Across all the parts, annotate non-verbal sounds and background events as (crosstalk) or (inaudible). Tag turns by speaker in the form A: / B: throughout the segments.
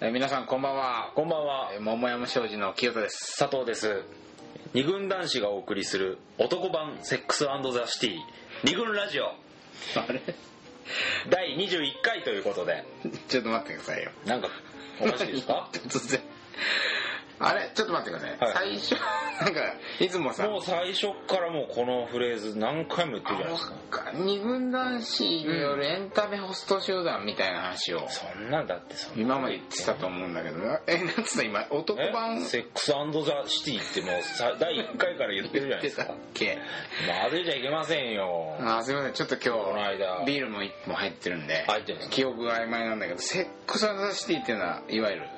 A: えー皆さんこんばんは。
B: こんばんは
A: えー桃山商事の清田です。
B: 佐藤です二軍男子がお送りする男版セックスザシティ二軍ラジオ
A: あれ
B: 第21回ということで
A: ちょっと待ってくださいよ。
B: なんかおかしいです
A: (laughs)
B: か
A: 突然。あれちょっと待ってください。
B: はい
A: 最初、なんか、いつもさ、
B: もう最初からもうこのフレーズ何回も言ってるじゃないですか
A: あの二軍男子によるエンタメホスト集団みたいな話を、
B: そんなんだってそんな
A: 今まで言ってたと思うんだけど、え、なんつった今、男
B: え
A: 版
B: セックスザシティってもうさ第1回から言ってるじゃない
A: 出
B: です
A: (laughs) たっ
B: か
A: け
B: まずいじゃいけませんよ
A: あーすいませんちょっと
B: この
A: 今日
B: 間
A: ビールも1本入ってるんで
B: 入ってるんですか
A: 記憶が曖昧なんだけど「セックス・アンド・ザ・シティ」っていうのはいわゆる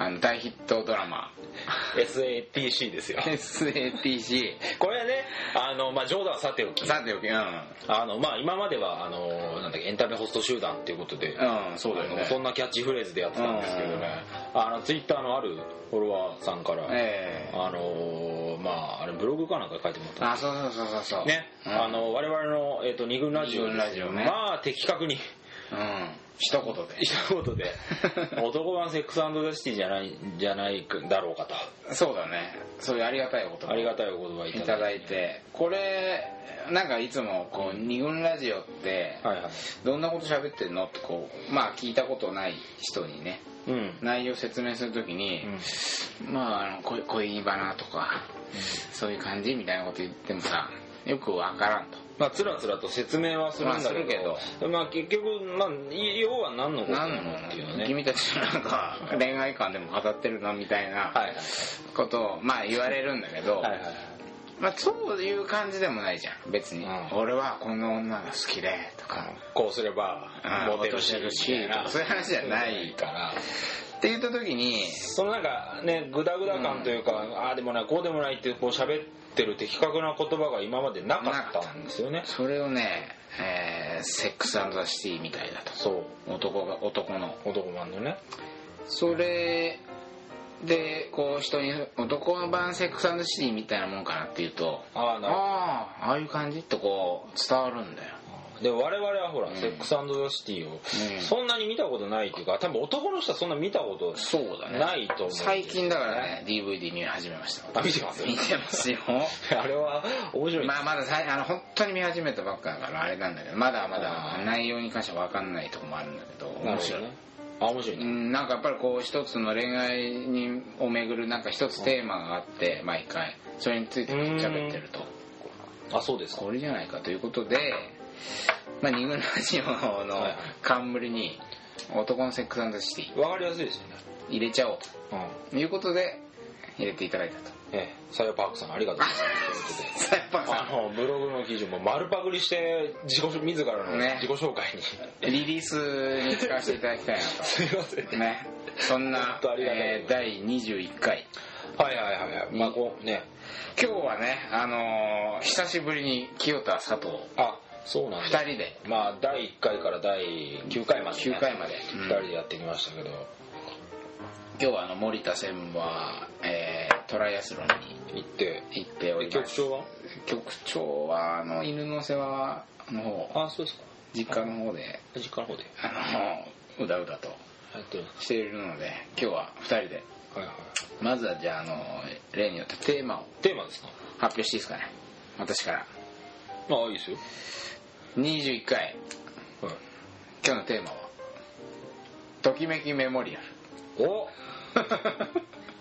A: あの大ヒットドラマ
B: SATC ですよ
A: SATC
B: これはねあの、まあ、冗談はさておき
A: さておきうん
B: あのまあ、今まではあのなんだっけエンタメホスト集団っていうことで、
A: うんそうだよ
B: あのそん
A: ね
B: なキャッチフレーズでやってたんですけどね、あのツイッターのあるフォロワーさんから、
A: ええ
B: あのーまああれブログかなんか書いてもらった
A: あ
B: んです
A: そうそうそうそうそう
B: ね、
A: うん
B: あの我々の、えー、と二軍ラジオ
A: 二軍ラジオね
B: まあ的確に
A: うん一言で
B: 一
A: (laughs)
B: 言で「男版セックスザシティ」じゃないじゃないだろうかと
A: そうだねそういうありがたいお言葉
B: ありがたいお言葉い
A: い
B: た
A: た
B: だ
A: だ
B: いて
A: いてこれなんかいつもこう二軍ラジオって
B: はいはい
A: どんなこと喋ってんのってこうまあ聞いたことない人にね
B: うん、
A: 内容説明するときに、まああの恋恋バナとか、そういう感じみたいなこと言ってもさよくわからんと
B: まあ、つらつらと説明はするんだけど,、
A: まあ
B: ますあ、結局、まあ、い要は何のこと
A: 何
B: な
A: なの
B: のっていうのね
A: 君たちのなんか恋愛観でも語ってるのみたいな
B: はいはい
A: ことをまあ言われるんだけど、
B: はいはいはい
A: まあ、そういう感じでもないじゃん別に、
B: うん
A: 俺はこの女が好きでとか、
B: こうすれば
A: うん
B: モテるし
A: モテるし
B: みたいな
A: そういう話じゃない
B: から
A: って言った時に
B: そのなんかねグダグダ感というか、ああでもないこうでもないってこう喋ってる的確な言葉が今までなかったんですよね
A: それをね、えーセックスザ・シティみたいだと
B: そ
A: 男が男の
B: う男版のね
A: それでこう人に「男版セックスシティ」みたいなもんかなっていうと
B: ああなるほ
A: ああああいう感じってこう伝わるんだよ
B: どで我々はほら、セックスザ・シティを
A: ん
B: そんなに見たことないというか多分男の人はそんな見たこと
A: そうだね
B: ないと思う
A: 最近だからね DVD 見始めました
B: あ見てます
A: 見てますよ
B: (laughs) あれは面白い、
A: まあまださいあの本当に見始めたばっかだからあれなんだけどまだまだ内容に関しては分かんないとこもあるんだけど
B: なる
A: 面
B: ほ
A: 白
B: ど
A: い
B: ねあ面白いうね、
A: んなんかやっぱりこう一つの恋愛にをめぐるなんか一つテーマがあって毎回それについて喋ってると
B: あそうですか
A: これじゃないかということで、まあ、二軍ラジオの
B: はい
A: 冠に男のセックスシティ
B: わかりやすいですよね
A: 入れちゃおう
B: うん
A: ということで入れていただいたと
B: ええサイオパークさんありがとうございます (laughs) と
A: さあ
B: いうことで
A: やっぱ
B: あ
A: さ
B: のブログの記事も丸パクリして自己自らの
A: ね
B: 自己紹 (laughs) 介に、
A: (laughs) リリースに使わせていただきたいな
B: すいません
A: とねそんな
B: 本当ありがたい
A: えー第21回
B: はいはいはいはいまあこうね
A: 今日はねあのー久しぶりに清田佐藤
B: あそうなん
A: 2
B: だ
A: 人で
B: まあ第1回から第9回まで、ね、
A: 9回までうん
B: 2人でやってきましたけど、
A: 今日はあの森田専務は、えートライアスロンに
B: 行って
A: 行ってお
B: で
A: りま
B: 局
A: す
B: 長は
A: 局長はあの犬の世話の方
B: あそうですか
A: 実家の方で
B: 実家の方で
A: あのうだうだと
B: やってるんです
A: しているので今日は2人で
B: かはいはい
A: まずはじゃああの例によってテーマを
B: テーマですか
A: 発表していいですかね私から
B: まあいいですよ、
A: 21回
B: はい、
A: 今日のテーマは「ときめきメモリアル
B: お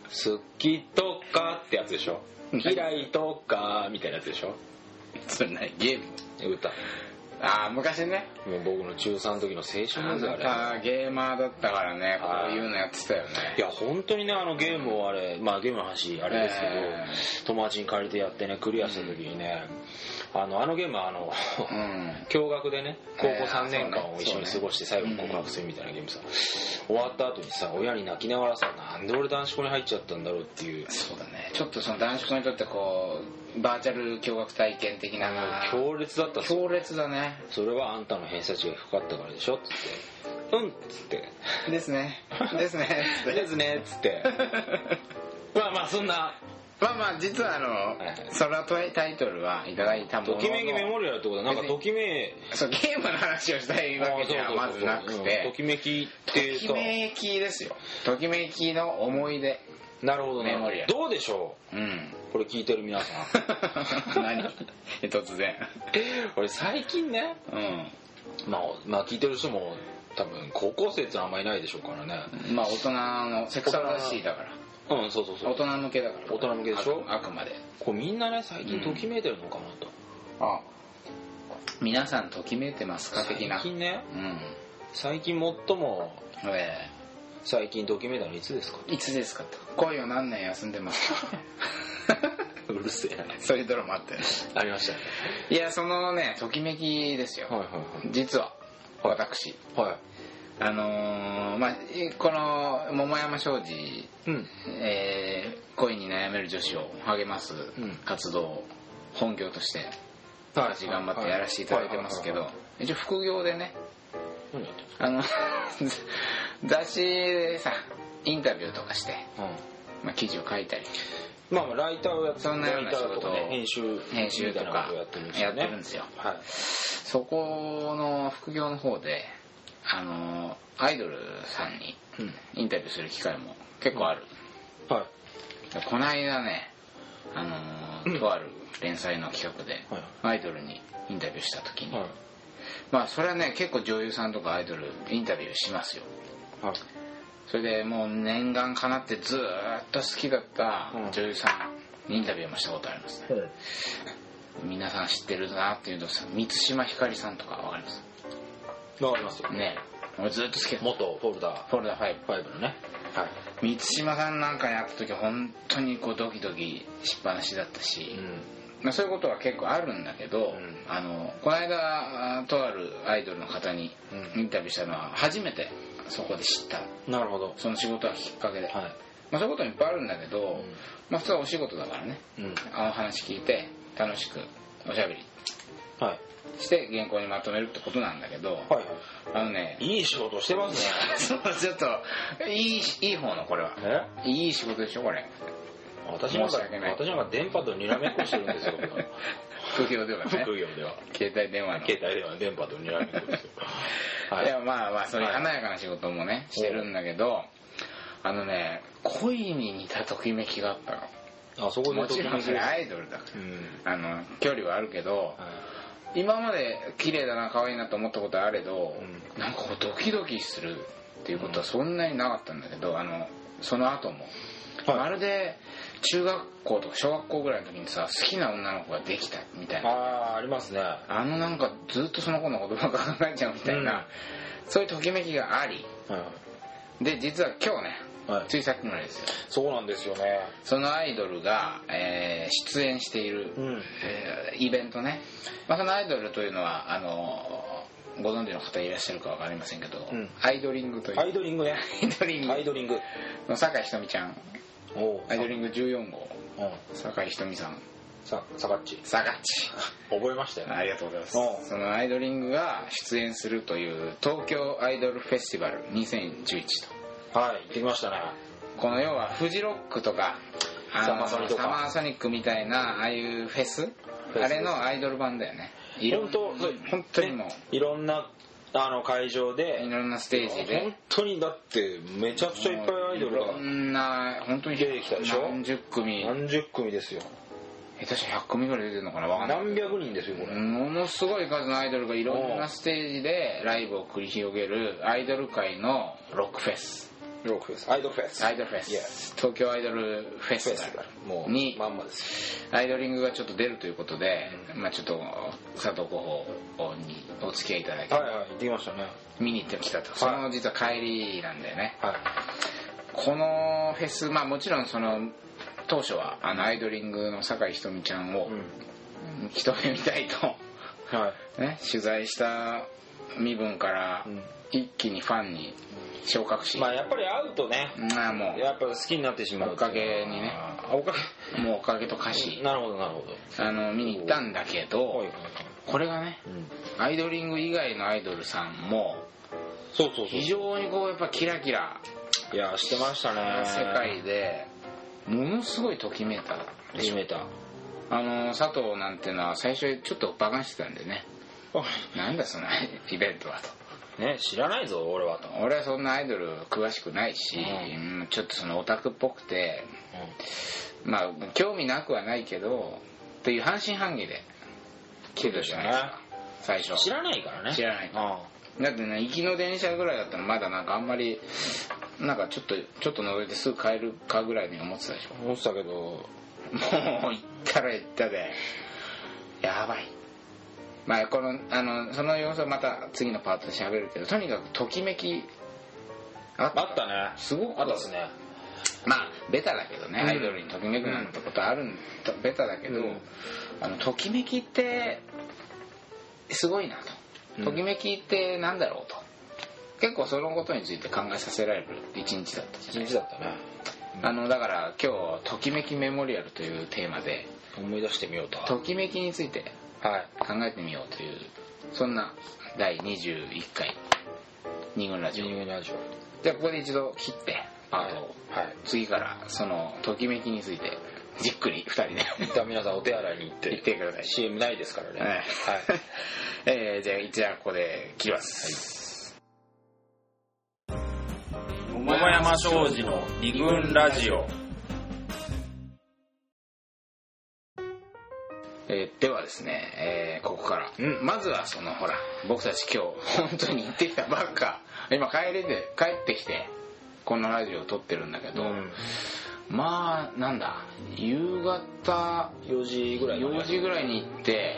B: 好きとかってやつでしょ嫌いとかみたいなやつでしょ」
A: それないゲーム
B: 歌
A: ああ昔ね
B: もう僕の中3の時の青
A: あ
B: 春なんだよあれ
A: なたゲーマーだったからねこういうのやってたよ
B: い
A: ね
B: や本当にねあのゲームをあれまあゲームの話あれですけど、
A: え
B: 友達に借りてやってねクリアした時にね、あのあのゲームはあの
A: うん
B: 驚愕でね高
A: ええ
B: 校3年
A: そう
B: 間
A: ね
B: を一緒に過ごして最後に告白するみたいなゲームさ、終わった後にさ親に泣きながらさなんで俺男子校に入っちゃったんだろうっていう
A: そうだねちょっとその男子校にとってこうバーチャル驚愕体験的な
B: 強烈だったっす
A: 強烈だね
B: それはあんたの偏差値が低かったからでしょっつってうんっつって (laughs)
A: ですねですね (laughs)
B: ですねっつってまあまあそんな
A: まあまあ実はあの、
B: いはい
A: そのタイトルはいただいたもの
B: と
A: の
B: きめきメモリアルってことはなんかときめ
A: そうゲームの話をしたいわけじゃまずなく
B: うんと
A: て
B: きめきっ
A: と
B: て
A: き
B: さ
A: めきですよときめきの思い出
B: なるほどね
A: メモリアル
B: どうでしょ
A: うん
B: (laughs) うこれ聞いてる皆さ
A: (laughs)
B: ん
A: 何え突然
B: (laughs) 俺最近ね
A: う
B: まあ、まあ聞いてる人も多分高校生ってのはあんまりいないでしょうからね
A: んまあ大人のセクシャルらしいだから
B: うんそうそうそ
A: 大
B: う
A: 人向けだから
B: 大人向けでしょ
A: あくあくまで
B: こうみんなね最近
A: うん
B: ときめいてるのかなと、
A: あ皆さんときめいてますか的
B: 最
A: な
B: 近ね
A: うん
B: 最近最も
A: え
B: 最近ときめいたのいつですか
A: えいつですかと恋を何年休んでます
B: (laughs)
A: か
B: うるせえな
A: そういうドラマあったよね
B: ありましたね
A: いやそのねときめきですよ、
B: はいはい
A: 実は
B: はい
A: 私
B: はいは
A: あのーまあいこの桃山商事、
B: いうん
A: えー恋に悩める女子を励ます
B: ん
A: 活動を本業として
B: はい
A: 私頑張ってやらせていただいてますけ
B: は
A: ど
B: い
A: 一応副業でね
B: 何やってるんです
A: あの (laughs) 雑誌でさインタビューとかして、
B: かうん
A: まあ、記事を書いたり
B: まあまあライターをやって
A: そんなような
B: ライターとかね
A: 仕事を
B: 編集
A: 編集と
B: みたいな
A: か
B: ことをやってるんです
A: や
B: よ
A: って
B: ね
A: るんですよ
B: はい
A: そこの副業の方であのーアイドルさんに
B: うん
A: インタビューする機会も結構ある、
B: はい
A: でこの間ね、あのーとある連載の企画で
B: は
A: ア
B: い
A: イドルにインタビューした時に、
B: はい
A: まあそれはね結構女優さんとかアイドルインタビューしますよ
B: はい
A: それでもう念願かなってずーっと好きだった女優さんにインタビューもしたことありますね、皆さん知ってるなっていうとさ満島ひかりさんとかわかります
B: わかりますよ
A: ね俺ずっと好きだった
B: 元フォルダ
A: フォルダ5
B: 5のねはい
A: 満島さんなんかに会った時本当にこうドキドキしっぱなしだったし、まあ、そういうことは結構あるんだけど、
B: うん
A: あのこの間あとあるアイドルの方に
B: うん
A: インタビューしたのは初めてそこで知った
B: なるほど
A: その仕事はきっかけで、
B: は
A: まあ、そういうこともいっぱいあるんだけど、
B: ん
A: まあ、普通はお仕事だからね
B: いうん
A: あの話聞いて楽しくおしゃべり
B: はい
A: して原稿にまとめるってことなんだけど、
B: はい
A: あのね (laughs)
B: いい仕事してますね
A: そうちょっといいいい方のこれは
B: え
A: いい仕事でしょこ
B: (laughs)
A: れ
B: 私なん
A: 申
B: か
A: し訳ない
B: 私なんか電波とにらめっこしてるんですよ
A: 副業ではね
B: 副業では
A: 携帯電話の、
B: 携帯では電波とにらめっこ (laughs) ですよはいい
A: やまあまあそういう華やかな仕事もねしてるんだけどあのね恋に似たときめきがあった
B: あそこ
A: のも
B: で
A: ちろんそれ
B: は
A: アイドルだか
B: うん
A: らあの距離はあるけど
B: は
A: 今まで綺麗だな可愛いなと思ったことはあれど、
B: う
A: なんかこうドキドキするっていうことはそんなになかったんだけどあのその後も、
B: はい
A: まるで中学校とか小学校ぐらいの時にさ好きな女の子ができたみたい
B: い
A: な
B: あーありますねは
A: あのなんかずっとその子のことばっか考えちゃうみたいな、
B: うん
A: そういうときめきがあり
B: い
A: で実は今日ね、
B: はい
A: ついさっきまでですよ
B: そうなんですよね
A: そのアイドルが、えー出演している、
B: うん
A: えーイベントね、まあ、そのアイドルというのはあのーご存知の方いらっしゃるか分かりませんけど、
B: うん
A: アイドリングという
B: アイドリングね
A: アイドリング
B: アイドリング
A: の酒井ひとみちゃん
B: おう
A: アイドリング14号
B: うん
A: 酒井ひとみさん
B: さサカッチ
A: サガッチ
B: 覚えましたよ
A: ありがとうございます
B: おう
A: そのアイドリングが出演するという東京アイドルフェスティバル2011と
B: はいできましたね
A: この要はフジロックとかあの
B: サマーソニックとか
A: サマーソニックみたいなああいうフェス
B: フェス
A: あれのアイドル版だよねいろん
B: 本当そう
A: 本当にもう
B: いろんなあの会場で
A: いろんなステージで
B: 本当にだってめちゃくちゃいっぱいアイドル
A: い
B: が
A: ろんな本当に
B: 出てきたでしょ
A: 何十組
B: 何十組ですよ
A: 下手したら100組ぐらい出てるのかなわかんない
B: 何百人ですよこれ、
A: ものすごい数のアイドルがいろんなステージでライブを繰り広げるアイドル界のロックフェス
B: ロックフェスアイドルフェス
A: アイドルフェ
B: Yes
A: ス東京アイドルフェ
B: フ
A: ス
B: ェス
A: だ
B: もう
A: に
B: まんまです
A: アイドリングがちょっと出るということで、まあ、ちょっと佐藤候補にお付き合いいただき、
B: はいはい行ってきましたね
A: 見に行ってきたとその実は帰りなんだよね
B: はい
A: このフェスまあもちろんその当初はあのアイドリングの酒井ひとみちゃんを
B: うん
A: 一目見たいと、 (laughs)
B: はい
A: ね、取材した身分から
B: うん
A: 一気にファンに昇格し、
B: まあやっぱり会うとね
A: まあも
B: やっぱ好きになってしまう
A: おかげにね
B: あおか
A: うもうおかげと化
B: げ
A: し
B: なるほどなるほど
A: あの見に行ったんだけ
B: はい
A: ど
B: はいはい
A: これがね
B: うん
A: アイドリング以外のアイドルさんも
B: そうそうそう
A: 非常にこうやっぱキラキラ
B: いやしてましたね
A: 世界でものすごいときめいたでし
B: 決
A: ょ
B: めた
A: あの佐藤なんてのは最初ちょっとバカにしてたんでねなんだその (laughs) イベントはと
B: ね知らないぞ俺はと、
A: 俺はそんなアイドル詳しくないし、
B: うん
A: うんちょっとそのオタクっぽくてまあ興味なくはないけどっていう半信半疑で来てたじゃないですか最初
B: 知らないからね
A: 知らない
B: あ
A: だってね行きの電車ぐらいだったらまだなんかあんまりなんかちょっとちょっと覗いてすぐ帰るかぐらいに思ってたでしょ
B: あ思ってたけど
A: もう行ったら行ったでやばいまあこのあのその様子はまた次のパートで喋るけどとにかくときめきあった
B: あったね
A: すごく
B: あったっすね
A: まあベタだけどね、
B: うん
A: アイドルにときめくなんてことあるんとベタだけど、
B: うん
A: あのときめきってすごいな
B: う
A: とと
B: ん
A: きめきってなんだろうと結構そのことについて考えさせられる一日だったじゃ
B: 一
A: ない
B: 日だったね
A: あのだから今日「ときめきメモリアル」というテーマで
B: 思い出してみようと
A: ときめきについて
B: はい
A: 考えてみようというそんな第21回二軍ラジ
B: ジ
A: オ
B: ニングラジオ
A: じゃあここで一度切ってパートを
B: はい
A: 次からそのときめきについてじっくり2人で
B: 一旦皆さんお手洗いに行って
A: 言ってください
B: CM ないですからね
A: はい
B: はい
A: えーじゃあ一旦ここで切ります、
B: 桃山商事の二軍ラジオ
A: えーではですね、えーここから、
B: うん
A: まずはそのほら僕たち今日本当に行ってきたばっか今帰れて帰ってきてこのラジオを撮ってるんだけど、まあなんだ夕方
B: 4時ぐらいまで
A: 4時ぐらいに行って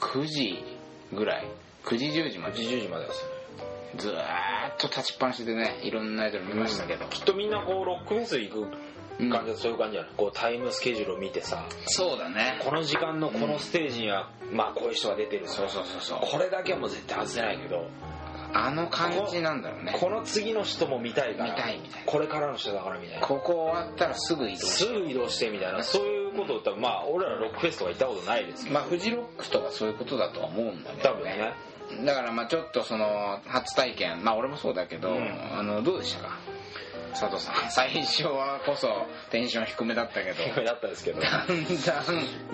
A: 9時ぐらい9時10時ま
B: 4
A: で
B: 時10時までですね
A: ずーっと立ちっぱなしでねいろんなアイドル見ましたけど、
B: きっとみんなこうロックフェス行く
A: うん
B: 感じだとそういう感じじゃないこうタイムスケジュールを見てさ
A: そうだね
B: この時間のこのステージにはまあこういう人が出てる
A: そうそうそうそう
B: これだけはもう絶対外せないけど
A: あの感じなんだろうね
B: この次の人も見たいから
A: 見たいみたいな
B: これからの人だからみたいな
A: ここ終わったらすぐ移動
B: すぐ移動してみたいなそういうことを多分まあ俺らロックフェスとか行ったことないですけど
A: まあフジロックとかそういうことだとは思うんだけ
B: 多
A: ど
B: 分
A: ね
B: ね
A: だからまあちょっとその初体験まあ俺もそうだけど、
B: うん
A: あのどうでしたか佐藤さ (laughs) ん最初はこそテンション低めだった (laughs) けど
B: (laughs) だったんですけど
A: だんだん
B: い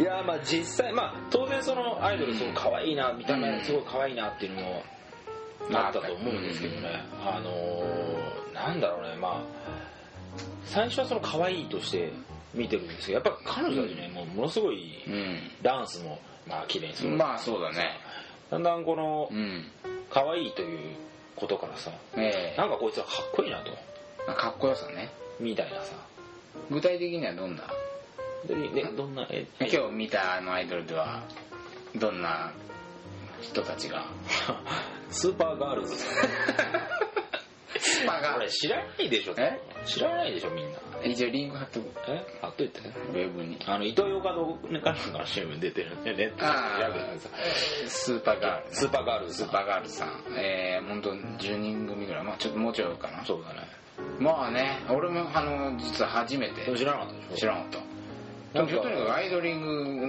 B: やまあ実際まあ当然そのアイドルすごい可愛いな見た目すごい可愛いなっていうのもあったと思うんですけどねあのーなんだろうねまあ最初はその可愛いとして見てるんですけどやっぱ彼女たちねもうものすごいダンスもまあ綺麗にす
A: う
B: る
A: んまあそうだね
B: だんだんこの
A: うん
B: 可愛いということからさ
A: ええ
B: なんかこいつらかっこいいなと
A: まあかっこよさね
B: みたいなさ
A: 具体的にはどんな
B: でねどんなえ
A: 今日見たあのアイドルではどんな人たち (laughs) が
B: (laughs) スーパーガールズ
A: ス (laughs) パ
B: これ知らないでしょ
A: え
B: 知らないでしょみんな
A: 一応リンク貼っとく
B: えあっといて
A: ウェブに
B: あの伊藤洋華のね彼女の CM に出てるんでネットで調べたんですよ
A: スーパーガール
B: スーパーガール
A: ス
B: ズ
A: ーパーガールさんえー、本当10人組ぐらいまあちょっともうちょいかな
B: そうだね
A: まあね俺もあの実は初め
B: でも
A: て
B: 知らなかったでし
A: 知
B: ょ
A: らんととにかくアイドリン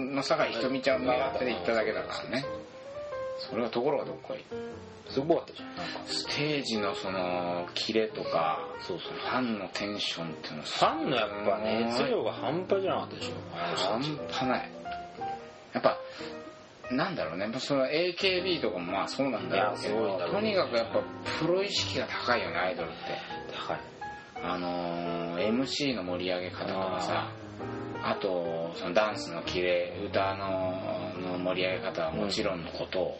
A: グの酒井ひとみちゃんの狙ってで行っただけだからねそれはところがどっこい
B: すごかったじゃんなんか
A: ステージのそのキレとか
B: そうそう
A: ファンのテンションっていうの
B: ファンのやっぱ熱量が半端じゃなかったでしょあの人
A: 半端ないやっぱなんだろうねやっぱその AKB とかもまあそうなんだろうけ
B: いやすごい
A: ど
B: んだろうね
A: とにかくやっぱプロ意識が高いよねアイドルって
B: 高い
A: あのー MC の盛り上げ方とかさあとそのダンスのキレ歌のの盛り上げ方はもちろんのことを、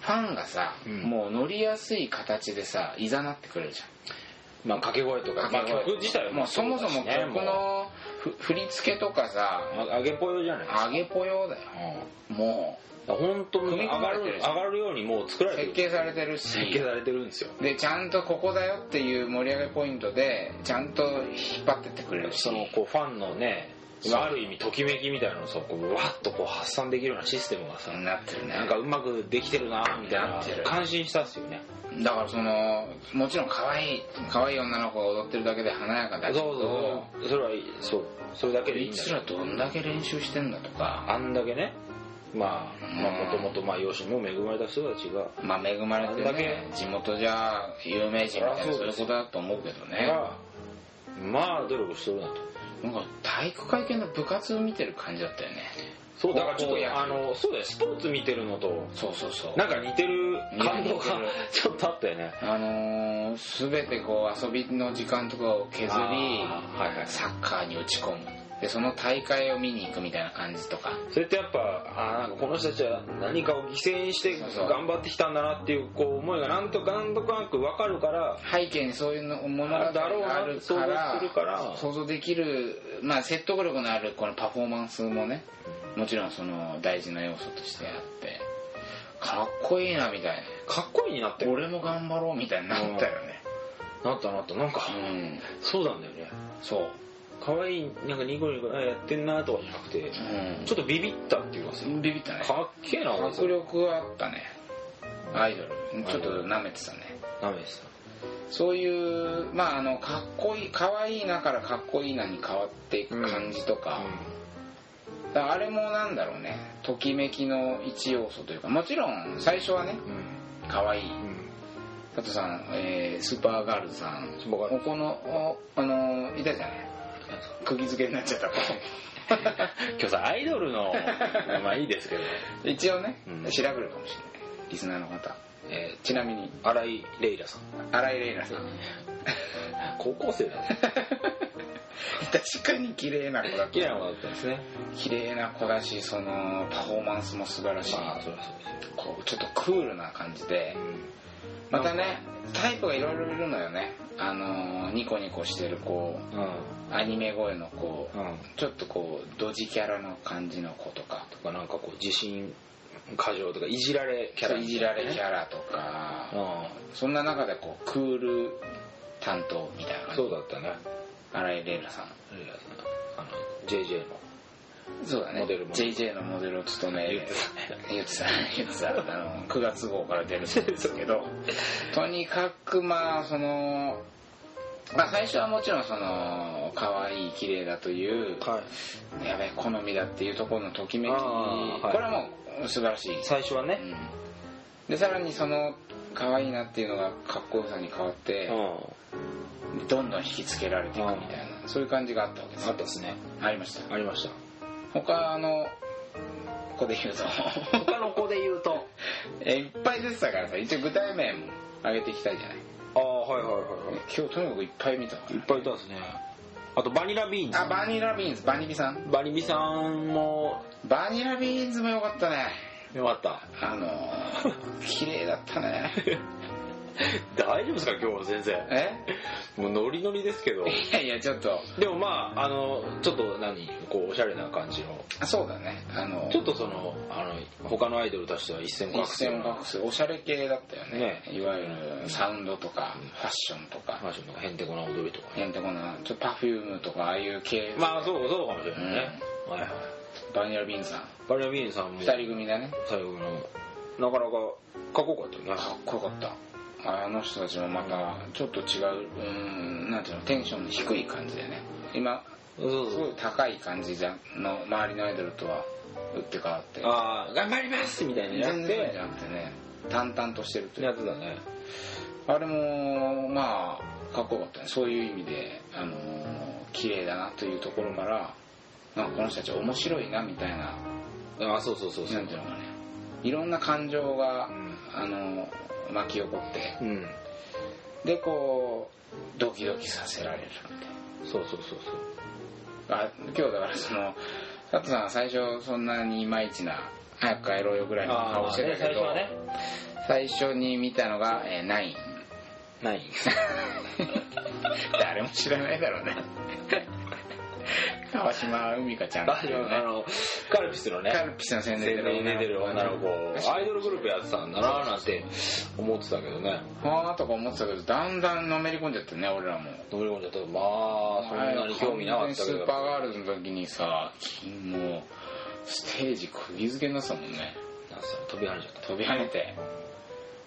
A: ファンがさ、
B: うん
A: もう乗りやすい形でさいざなってくれるじゃん
B: まあ掛け声とかまあ曲自体
A: もうそもそも
B: うだしね
A: 曲のふ振り付けとかさ
B: もうあ揚げぽよじゃない
A: 揚げぽようだよも
B: 本当に
A: 組み
B: 上
A: 込ま
B: が
A: れ
B: る
A: てるでしょ
B: 上がるようにもう作
A: う
B: られて
A: 設
B: る
A: 計されてるし
B: 設計されてるんですよ
A: でちゃんとここだよっていう盛り上げポイントでちゃんと引っ張ってってくれるし
B: そのこうファンのね
A: そう
B: まあある意味ときめきみたいなのをそうこうわっとこう発散できるようなシステムがさ
A: なってるね
B: なんかうまくできてるなみたい
A: な
B: な
A: ってる
B: 感心したっすよね
A: だからそのもちろん可愛い可愛い女の子が踊ってるだけで華やかだ
B: そう
A: けど
B: そうそうそれはいいそうそれだけでいい
A: い
B: んだ
A: つ
B: よ
A: らどんだけ練習してんだとか
B: あんだけねまあもともとまあ養子にも恵まれた人たちが
A: まあ恵まれて
B: あんだけ
A: ね地元じゃ有名人みたいな
B: そ
A: そううい
B: で
A: う
B: す
A: ことだと思うけどね
B: がまあ努力してるなと
A: なんか体育会系の部活を見てる感じだったよね
B: そうだからちょっ
A: 高校野球
B: とあのそうだよスポーツ見てるのと
A: そうそうそう
B: なんか似てる感動
A: 似てる
B: が (laughs) ちょっとあったよね
A: あのー、全てこう遊びの時間とかを削り
B: あーはいはい
A: サッカーに打ち込むでその大会を見に行くみたいな感じとか
B: それってやっぱあーなんかこの人たちは何かを犠牲にして
A: そうそう
B: 頑張ってきたんだなっていうこう思いがなんとかなんとかなく分かるから
A: 背景にそういうのものがあ
B: だろうな
A: るから
B: 想像するから
A: 想像できる、まあ、説得力のあるこのパフォーマンスもねもちろんその大事な要素としてあってかっこいいなみたい
B: かっこいいになって
A: な
B: る
A: 俺も頑張ろうみたいになったよね
B: なったなったなんか
A: うん
B: そうなんだよね
A: そう、
B: 可愛いなんかニコニコあやってんなとかじゃなくて
A: うん、
B: ちょっとビビったっていうかさ
A: ビビったね
B: かっけえな
A: 迫力はあったねアイドルちょっと舐めてたね
B: ダメでし
A: そういうまああのかっこいいかわいいなからかっこいいなに変わっていく感じと
B: た
A: か
B: う,、
A: だからあれもなんだろうねときめきの一要素というかもちろん最初はね
B: ん
A: かわいい
B: うんうん
A: 佐藤さん、えースーパーガールズさん
B: スーパーガール
A: おこのおあのーいたじゃない釘付けになっちゃ (laughs) った子
B: 今日さアイドルのまあいいですけど、
A: 一応ね、
B: うん
A: 調べるかもしれないリスナーの方
B: え
A: ちなみに
B: ー、新井レイラさん
A: 新井玲奈さん
B: 高校生だね
A: 確かに綺麗な子だった
B: 綺麗な子だったんですね
A: 綺麗な子だしそのパフォーマンスも素晴らしい、
B: まあそりゃそうですよ
A: こうちょっとクールな感じでまたねタイプがいろいろいるのよねあのーニコニコしてる子
B: うん
A: アニメ声の子
B: うん
A: ちょっとこうドジキャラの感じの子とか
B: とかなんかこう自信過剰とかいじられキャラ
A: いじられキャラとか、そんな中でこうクール担当みたいな
B: うん
A: 感じ
B: そうだったね
A: 新井玲奈さん
B: レイラさんあの JJ の
A: そうだね
B: モデルも
A: JJ のモデルを務め
B: 言って
A: 言ってた言ってたあの9月号から出るんですけ
B: (laughs)
A: どとにかくまあその、まあ、最初はもちろんその可愛い綺麗だという
B: はい
A: やべえ好みだっていうところのときめき、
B: あーはい
A: これはもう素晴らしい、う
B: 最初はね
A: ん、でさらにその可愛いなっていうのがかっこよさに変わって
B: うん、
A: どんどん引きつけられていくみたいなそういう感じがあったわけです
B: あったですね
A: ありました
B: ありました
A: 他のここで言うと
B: 他の子で言うと
A: えいっぱい出てたからさ一応具体名も上げていきたいじゃない
B: ああはいはいはいは
A: 今日とにかくいっぱい見たか
B: いいっぱいいたんですねあとバニラビーンズ
A: らあバニラビーンズバニビさん
B: バニビさんも
A: バニラビーンズもよかったね
B: よかった
A: あの (laughs) ー綺麗だったね (laughs)
B: 大丈夫ですか今日は先生
A: え
B: もうノリノリですけど
A: いやいやちょっと
B: でもまああのちょっと何こうおしゃれな感じの
A: あそうだねあの
B: ちょっとそのあの他のアイドルたちとは一線を画
A: 一
B: すよう
A: 線
B: な
A: を画すおしゃれ系だったよね
B: ね
A: いわゆるサウンドとかファッションとか、
B: 話のへんてこな踊りとかね
A: へんてこなちょっとパフュームとかああいう系、
B: まあそうそうかもしれないね、はいはい
A: バニラビーンズさん
B: バニラビーンさんも
A: 2人組だね
B: 最後のなかなかかっこよかったよね
A: かっこよかったあの人たちもまたちょっと違ううんなんていうのテンションの低い感じでね今
B: そうそう
A: すごい高い感じじゃの周りのアイドルとは打って変わって
B: ああ頑張りますみたいなやっ
A: 全然じ
B: て
A: ゃなくてね淡々としてるという
B: やつだね
A: あれもまあかっこよかったねそういう意味であのー綺麗だなというところからなんかこの人たち面白いなみたいな
B: ああそうそうそうそ
A: な
B: うん
A: ていうのかねいろんな感情が
B: うん、
A: あのー巻き起こって
B: うん、
A: でこうドキドキさせられるみたい
B: そうそうそうそう
A: なあ今日だからその佐藤さんは最初そんなにいまいちな早く帰ろうよぐらいの顔してたけど、
B: あーね
A: 最初に見たのが、えー、ナイン (laughs)
B: 最初はね
A: 誰も知らないだろうね川島海香ちゃんっていう
B: ないあ
A: ね
B: のカルピスのね
A: カルピスの宣伝
B: 宣伝に出てる女の子アイドルグループやってたんだなーなんて思ってたけどね
A: はあとか思ってたけどだんだんのめり込んじゃってね俺らも
B: 乗り込んじゃったまあそんなに興味なかったけ
A: 完全にスー
B: ど
A: パーガールズの時にさもうステージ釘付けになってたもんね
B: なんすか飛び跳ねちゃった
A: 飛び跳ねて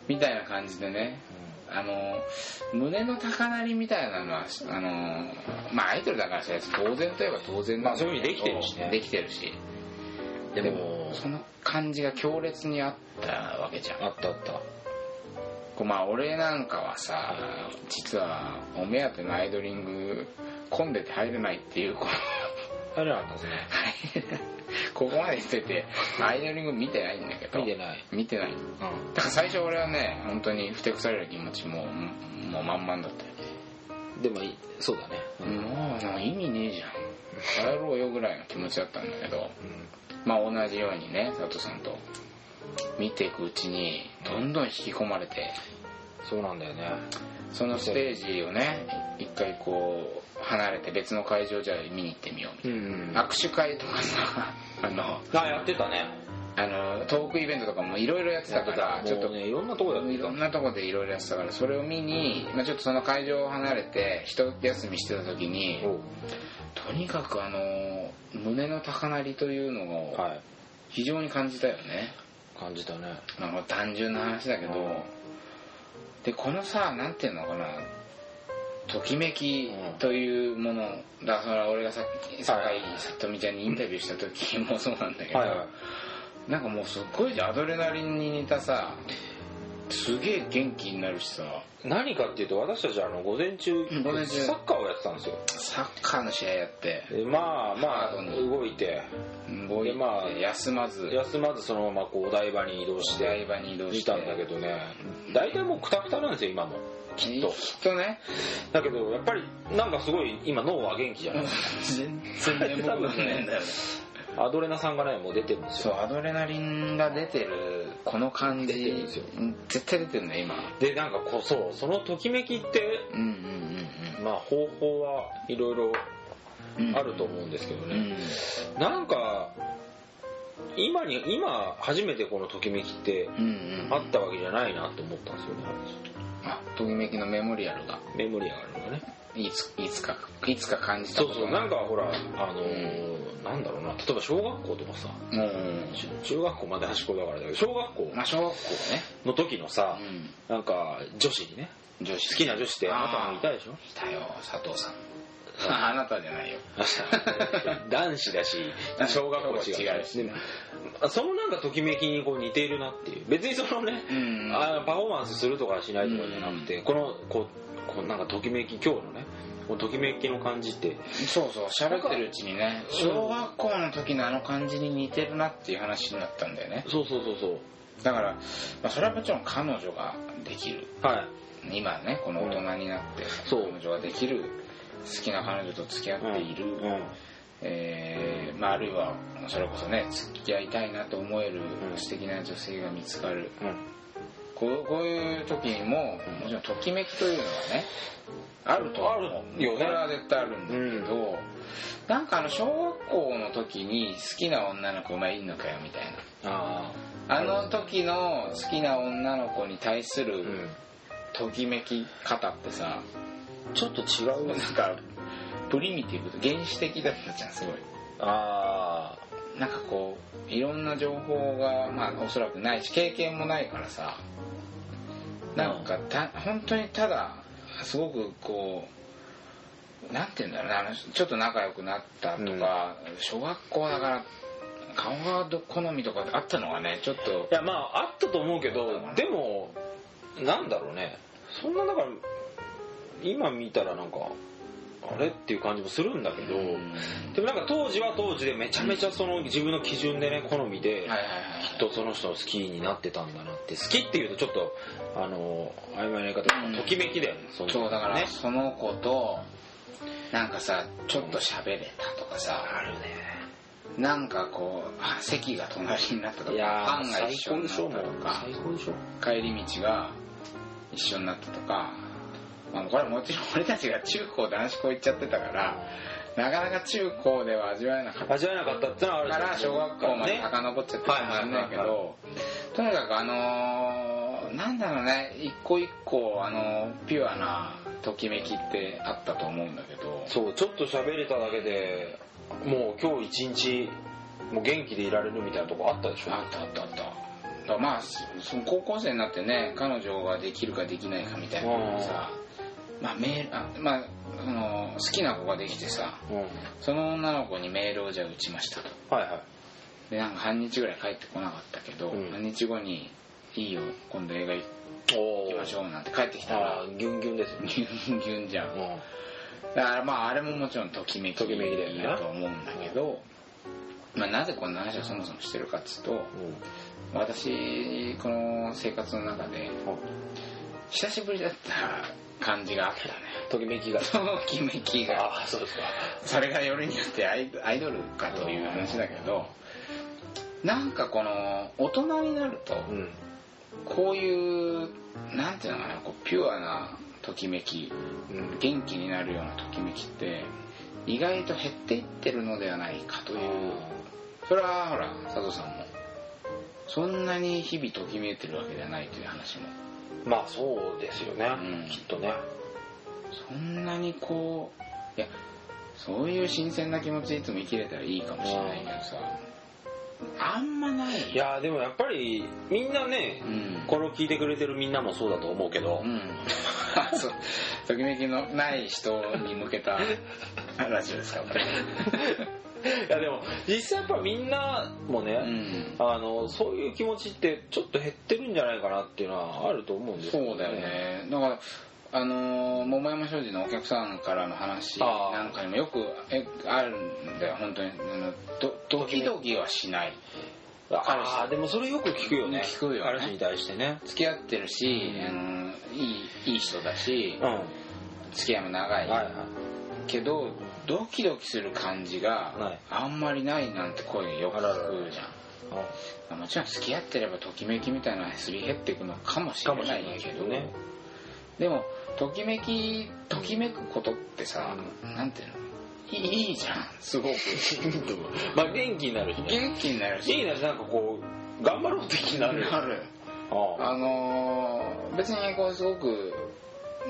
A: みたいな感じでねあの胸の高鳴りみたいなのはあのまあアイドルだからさ当然といえば当然なんだけど
B: まあそういうふうにできてるしね
A: できてるし
B: でも
A: その感じが強烈にあったわけじゃん
B: あったあった
A: こうまあ俺なんかはさ実はお目当てのアイドリング好混んでて入れないっていうこ (laughs)
B: 入れなかったですね
A: のここまでしててアイドリング見てないんだけど
B: 見てない
A: 見てないだから最初俺はね本当にふてくされる気持ちももう満々だったよ
B: でもいそうだね
A: もう意味ねえじゃん帰ろうよぐらいの気持ちだったんだけどまあ同じようにね佐藤さんと見ていくうちにどんどん引き込まれて
B: そうなんだよね
A: そのステージをね一回こう離れて別の会場じゃ見に行ってみようみたい
B: ん
A: な
B: あ
A: 握手会とかさ (laughs) あの
B: やってたね
A: あのトークイベントとかもいろいろやってたからち
B: ち
A: ょっ
B: ょっ
A: と
B: とねいろんなとこでやって
A: い
B: た
A: ろんなとこでいろいろやってたからそれを見に、まあ、ちょっとその会場を離れて一休みしてた時に
B: おう
A: とにかくあの胸の高鳴りというのを
B: はい
A: 非常に感じたよね、
B: 感じたね
A: まあ、もう単純な話だけど、
B: うん
A: でこのさなんていうのかなときめきというものだからそれは俺がさっき酒
B: はい
A: 井里美ちゃんにインタビューした時もそうなんだけど、
B: はいはい
A: なんかもうすっごいアドレナリンに似たさすげえ元気になるしさ
B: 何かっていうと私たちあの午前中
A: ん午前中
B: サッカーをやってたんですよ
A: サッカーの試合やって
B: でまあま
A: ハード
B: あ
A: に
B: 動いて
A: 動い
B: でまあ
A: て休まず
B: 休まずそのままこうお台場に移動し
A: お台
B: て
A: 場に移動
B: 見
A: して
B: たんだけどね大体もうクタクタなんですよ今も
A: きっ
B: と
A: とね
B: だけどやっぱりなんかすごい今脳は元気じゃないです
A: 全然眠くないんだよね
B: かアドレナさんがねもう出てるんです
A: そう
B: よ
A: アドレナリンが出てるこの感
B: 出て
A: じ
B: るんですよ
A: 絶対出てるね今
B: でなんかこうそうそのときめきって
A: うんうん
B: まあ方法はいろいろ
A: うんうん
B: あると思うんですけど
A: う
B: ね、
A: ん
B: なんか今に今初めてこのときめきって
A: うんうん
B: あったわけじゃないなと思ったんですよね
A: あときめきのメモリアルが
B: メモリアがあるのがね
A: いついつかいつか感じた
B: そ
A: こ
B: う
A: と
B: そう
A: が
B: なんかほらあのーなんだろうな例えば小学校とかさ
A: もう
B: 中中学校まで端っこだからだけど小学校
A: まあ小学校ね
B: の時のさ
A: う
B: なんか女子にね
A: ん女子
B: 好きな女子ってあなたもいたでしょ
A: いたよ佐藤さん (laughs) あなたじゃないよ
B: (laughs) 男子だし小学校違うし
A: 違うしね
B: そのなんかときめきにこう似ているなっていう別にそのね、
A: うん
B: あのパフォーマンスするとかしないとかじゃなくて、このこうこうなんかときめき今日のねこのときめきの感じって
A: そうそう喋ってるうちにね小学校の時のあの感じに似てるなっていう話になったんだよね
B: そうそうそうそう
A: だから、まあ、それはもちろん彼女ができる
B: はい
A: 今ねこの大人になって、
B: そう
A: 彼女ができる好きな彼女と付き合っている、
B: うんうん
A: えーまあ、あるいはそれこそね付き合いたいなと思える
B: うん
A: 素敵な女性が見つかる、こうこういう時にももちろんときめきというのはねあるとは思う
B: あるよね
A: これは絶対あるんだけど、なんかあの小学校の時に好きな女の子お前いんのかよみたいな
B: あ
A: あの時の好きな女の子に対す
B: あ、
A: るときめき方ってさ、
B: ちょっと違う
A: なんかプリミティブと原始的だったじゃんすごい
B: あ
A: なんかこういろんな情報が、まあ、おそらくないし経験もないからさなんかた本当にただすごくこうなんて言うんだろうなあのちょっと仲良くなったとか、小学校だから顔がど好みとかあったのがねちょっと
B: いやまああったと思うけどでもなんだろうねそんなだから今見たらなんかあれっていう感じもするんだけど、
A: うん
B: でもなんか当時は当時でめちゃめちゃその自分の基準でね好みで、
A: はいはい
B: きっとその人を好きになってたんだなって好きっていうとちょっとあの曖昧な言い方だけど
A: うん
B: ときめきだよねそ
A: はい
B: の
A: そうだから、
B: ね
A: その子となんかさちょっと喋れたとかさ、
B: あるね
A: なんかこうあ席が隣になったと
B: い
A: か
B: や
A: パ
B: ー
A: ンが
B: 最
A: 一緒
B: 高
A: にな
B: で
A: っ
B: しょも
A: た
B: う
A: とか
B: 最高でしょ
A: 帰り道が一緒になったとか、まあ、これはもちろん俺たちが中高男子校行っちゃってたからなかなか中高では味わえなかった
B: 味わえなかったってのはある
A: か
B: じゃん
A: ら小学校まで
B: ね
A: 遡っちゃってたかもしれないけ
B: はいはい
A: どとにかくあのーなんだろうね一個一個あのーピュアなときめきってあったと思うんだけど
B: そうちょっと喋れただけでもう今日一日もう元気でいられるみたいなとこあったでしょ
A: あったあったあっただからまあそその高校生になってね彼女ができるかできないかみたいなのもさ、まあ、メールあまあその好きな子ができてさ
B: うんはい
A: その女の子にメールをじゃあ打ちましたと
B: は
A: でなんか半日ぐらい帰ってこなかったけど、
B: うん
A: 半日後に「いいよ今度映画行
B: いおお
A: きましょう」なんて帰ってきた
B: あ
A: ら
B: あギュンギュンですよ
A: ギュンギュンじゃん
B: うん
A: だからまああれももちろんときめき
B: ときめきだよね
A: だと思うんだけど、まあ、なぜこんな話をそもそもしてるかっつうと私この生活の中で久しぶりだった感じがあったね
B: ときめきが
A: ときめきが
B: ああそうですか
A: それが夜によってアイアイドルかという話だけどなんかこの大人になると
B: うん
A: こういうなんていうのかなこうピュアなときめき
B: うん
A: 元気になるようなときめきって意外と減っていってるのではないかというそれはほら佐藤さんもそんなに日々ときめいてるわけではないという話も
B: まあそうですよね、
A: うん
B: きっとね
A: そんなにこういやそういう新鮮な気持ちでいつも生きれたらいいかもしれないけどさあんまない
B: いやーでもやっぱりみんなね
A: う、ん
B: これを聞いてくれてるみんなもそうだと思うけど、
A: うん (laughs) そうときめきのない人に向け
B: (laughs)
A: たラジオですからこれ
B: いやでも実際やっぱみんなもね、
A: うん
B: あのそういう気持ちってちょっと減ってるんじゃないかなっていうのはあると思うんですけど
A: そうだよねだからあのー桃山商事のお客さんからの話
B: あー
A: なんかにもよくえあるんだよ本当にあのどドキドキはしない
B: ああでもそれよく聞くよね
A: 聞くよね
B: 彼氏に対してね
A: 付き合ってるし、
B: うん
A: あのーいいいい人だし
B: うんは
A: 付き合いも長
B: い
A: い、
B: は
A: けどドキドキする感じ
B: は
A: が
B: い
A: あんまりないなんて声よく
B: あららら
A: 聞くじゃん
B: い
A: もちろん付き合ってればときめきみたいなのはすり減っていくのかもし
B: か
A: れ
B: もし
A: な
B: れ
A: い
B: ない
A: け
B: け
A: ど
B: どね
A: でもときめきときめくことってさ、なんていうのいいいいじゃんすごく
B: まあ元気になるしね
A: 元気になるし
B: いいねなんかこう頑張ろうって気になる
A: なる
B: あ
A: あのー別にこうすごく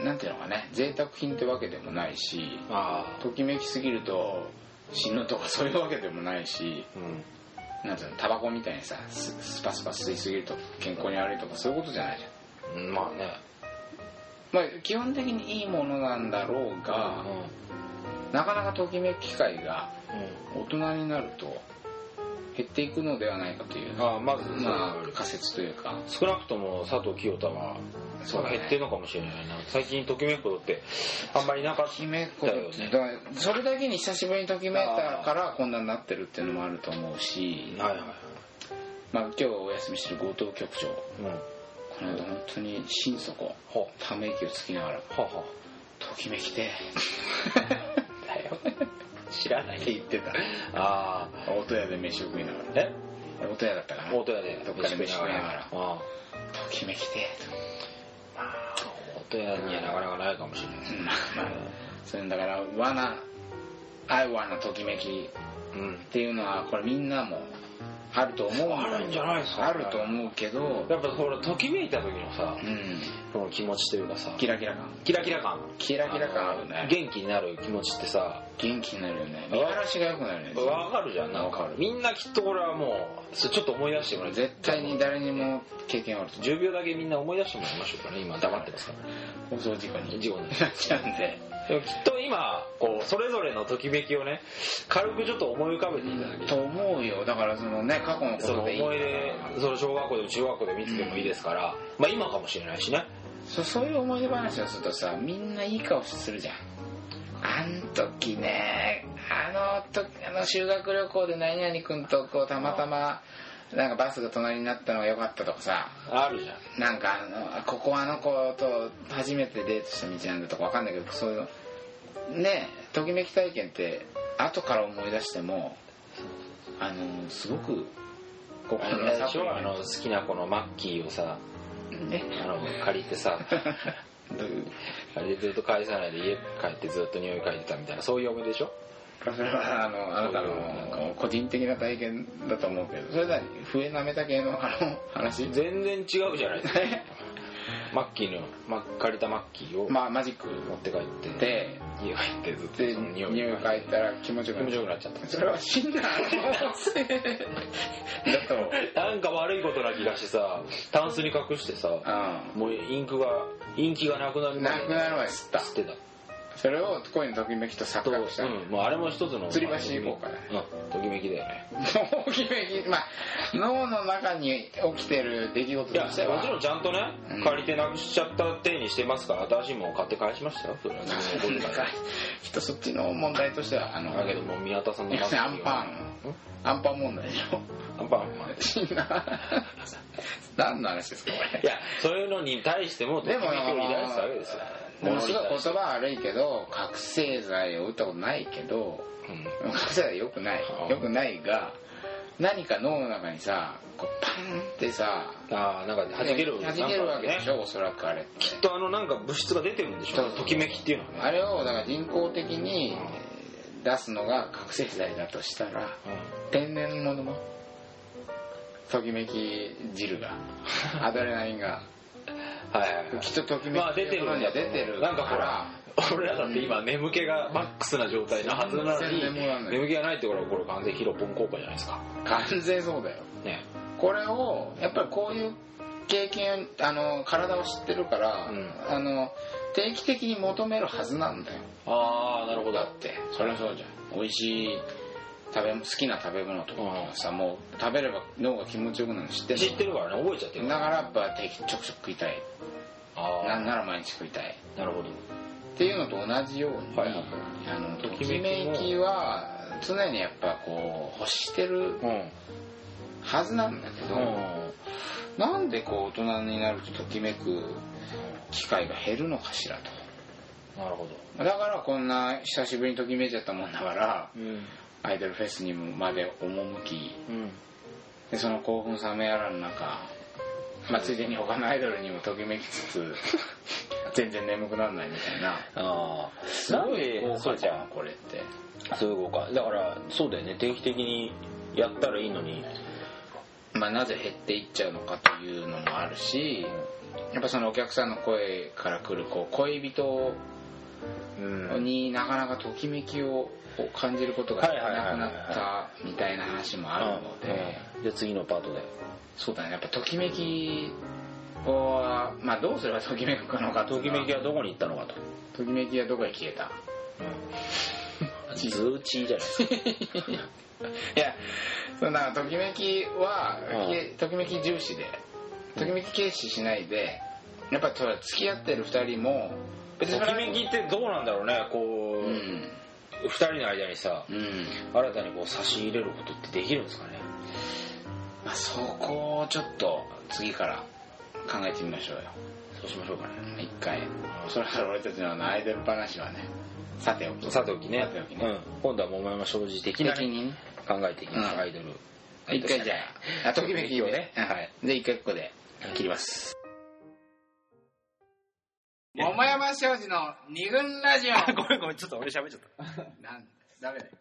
A: なんていうのかね贅沢品ってわけでもないし
B: あ
A: ときめきすぎると死ぬとかそういうわけでもないし
B: うん
A: なんていうのタバコみたいにさススパスパ吸いすぎると健康に悪いとかそういうことじゃないじゃん
B: うんまあね
A: まあ、基本的にいいものなんだろうが、なかなかときめく機会が大人になると減っていくのではないかという、
B: うんああまず
A: まあ、仮説というか
B: 少なくとも佐藤清太は
A: そうだね
B: 減ってるのかもしれないな最近ときめくことってあんまりなかっ
A: と
B: た
A: きめくことって
B: だよね
A: だからそれだけに久しぶりにときめいたからこんなになってるっていうのもあると思うし、
B: はいはい
A: まあ、今日お休みしてる強盗局長
B: うんは
A: この間本当に心底
B: ほ
A: ため息をつきながら「
B: はは
A: ときめきて」
B: だよ知らな
A: って言ってた
B: あ
A: 音屋で飯を食いなが
B: あえ
A: ら音屋だったかな
B: 大戸屋で
A: どっかで飯食いながら
B: ああ
A: 「ときめきて」と
B: 大戸屋にはなかなかないかもしれない
A: まあまあそれだから「わな」「愛わなときめき」
B: うん
A: っていうのはこれみんなもあると思うんだよ
B: あるんじゃないですか
A: あると思うけど
B: やっぱほらときめいた時のさ
A: うん
B: この気持ちというかさ
A: キラキラ感
B: キラキラ感
A: キラキラ感あるね
B: の元気になる気持ちってさ
A: 元気になるよね見晴らしが良くなるよね
B: わかるじゃんなん
A: わ
B: か
A: かる
B: みんなきっとこれはもうそれちょっと思い出してもらえ
A: 絶対に誰にも経験あると
B: 10秒だけみんな思い出してもらいましょうかね今黙ってますか
A: 放
B: ら
A: 送事故に
B: 事故に
A: なっちゃうんで
B: でもきっと今こうそれぞれのときめきをね軽くちょっと思い浮かべていただき
A: と思うよだからそのね過去のこ
B: その
A: とでいいか
B: 思い
A: ら
B: 出その小学校でも中学校でもいつでもいいですから、まあ今かもしれないしね
A: そそういう思い出話をするとさみんないい顔するじゃんあん時ねあの時あの修学旅行で何々君とこうたまたまなんかバスが隣になったのが良かったとかさ
B: あるじゃん
A: なんかあのあここあの子と初めてデートした道なんだとかわかんないけどそういうねときめき体験って後から思い出してもあのすごく
B: あ
A: 心
B: の
A: の
B: 最
A: サ
B: 初はあの好きな子のマッキーをさ
A: ね
B: あの借りてさ
A: どういう
B: 借りてずっと返さないで家帰ってずっと匂い嗅いでたみたいなそういう思い出でしょ
A: それはあのあなたの個人的な体験だと思うけどそれは笛なめた系のあの話
B: 全然違うじゃな
A: (laughs)
B: いですかマッキーの、ま、借りたマッキーを持
A: まあマジック
B: って帰って、
A: で
B: 家帰ってずっと
A: で
B: その匂い
A: 匂い
B: 嗅
A: 嗅
B: い
A: い
B: で
A: だら気持ちよ
B: 気
A: く
B: 持ち
A: なる
B: よくなっちゃった
A: それは死んだだと
B: なんか悪いことな気がしてさタンスに隠してさ
A: う
B: もうインクがインキがなくなる
A: ん
B: ま
A: な
B: で
A: くなるまで吸った
B: 吸ってた
A: それを恋のときめきと錯覚した
B: うん、もうあれも一つの
A: 吊り橋行こうかね
B: うんときめきだよね
A: ときめきまあ脳の中に起きてる出来事
B: いや
A: と
B: も
A: しては
B: ちろ
A: (laughs)
B: んちゃんとね
A: うん
B: 借りてなくしちゃった手にしてますから新しいものを買って返しましたよそれ
A: (laughs)
B: は自分でどれか
A: か
B: で
A: きっとそっちの問題としてはあの
B: だけどもう宮田さんの
A: 要するにアンパ
B: ん
A: ンアンパン問題でしょ
B: アンパンマン
A: 死んな (laughs) 何の話ですかこれ
B: いやそういうのに対してもとき
A: で
B: めき
A: も
B: を抱いてたわけですよ
A: ものすごい
B: 物
A: 言
B: に対して
A: 葉は悪いけど覚醒剤を打ったことないけど (laughs)
B: うん
A: 覚醒剤よくない
B: ああ
A: よくないが何か脳の中にさこうパンってさ
B: ああなんか弾ける
A: 弾けるわけでし
B: ょ
A: ょおそらくあれって
B: きっとあのなんか物質が出てるんでしょ
A: そう
B: ときめきっていうのはね
A: あれをだから人工的に出すのが覚醒剤だとしたら天然物のときめき汁
B: (laughs)
A: がアドレナリンが
B: うんはいはいはい
A: きっとときめ
B: まあ
A: き
B: 出てるんだ
A: には出てる
B: なんかほら俺らだって今眠気がマックスな状態なはずなのに
A: 全然眠くなんない
B: 眠気がないってことはこれ完全ヒロポン効果じゃないですか
A: 完全そうだよ
B: ね
A: これをやっぱりこういう経験あの体を知ってるから、
B: うん
A: あの定期的に求めるはずなんだよ
B: ああなるほど
A: だってそりゃそうじゃん美味しい食べ好きな食べ物とか
B: うん
A: さもう食べれば脳が気持ちよくなるの知って
B: 知ってるからね覚えちゃって
A: る
B: る
A: だ
B: か
A: かららやっぱ定期ちょくちょく食いたい
B: あ
A: なん
B: あ
A: なら毎日食いたい
B: なるほど
A: っていうのと同じように、
B: はいはい
A: あのと
B: と
A: き
B: き
A: め
B: めきも
A: きは常にやっぱこう欲してる
B: うん
A: はずなんだけど、
B: うん
A: なんでこう大人になるとときめく機会が減るのかしらと
B: なるほど
A: だからこんな久しぶりにときめいちゃったもんだから
B: うん
A: アイドルフェスにまで赴き
B: うん
A: でその興奮冷めやらぬ中、まあ、ついでに他のアイドルにもときめきつ
B: (laughs)
A: つ全然眠くならないみたいな
B: ああ
A: す
B: なん
A: ごい
B: で
A: 豪
B: そ
A: 華
B: う
A: じ
B: じ
A: ゃ
B: ゃ
A: んこれって
B: んすごいかだからそうだよね定期的にやったらいいのに
A: まあ、なぜ減っていっちゃうのかというのもあるしやっぱそのお客さんの声から来るこう恋人
B: うん
A: になかなかときめきを感じることがな
B: はいはいはいは
A: く
B: い
A: なったみたいな話もあるので
B: うんじゃあ次のパートで
A: そうだねやっぱときめきは、まあ、どうすればときめくのか
B: ときめき
A: は
B: はどこに行ったのかと
A: ときめきはどこへ消えた
B: 通知じゃないですか
A: いやそんなときめきは、
B: うん
A: けときめき重視でときめき軽視しないでやっぱそれは付き合ってる2人も
B: と
A: 別にそれ
B: き
A: は
B: めきってどうなんだろうねこ
A: うん
B: う、二人の間にさ
A: うん
B: 新たにこう差し入れることってできるんですかね
A: まあ、そこをちょっと次から考えてみましょうよ
B: そうしましょうかね
A: 一回それから俺たちのあのアイドル話はねさておき
B: さておきね
A: さておき
B: う
A: ね、
B: ん、今度は桃山庄司的
A: 的
B: なね
A: にね
B: 考えていきます、
A: うん
B: アイドル
A: 一回じゃああときめきを
B: ときめ
A: ね
B: きをねはい
A: で一回ここで切ります桃山庄司の二軍ラジオ
B: (laughs) ごめんごめんちょっと俺喋っちゃった
A: なんダメだよ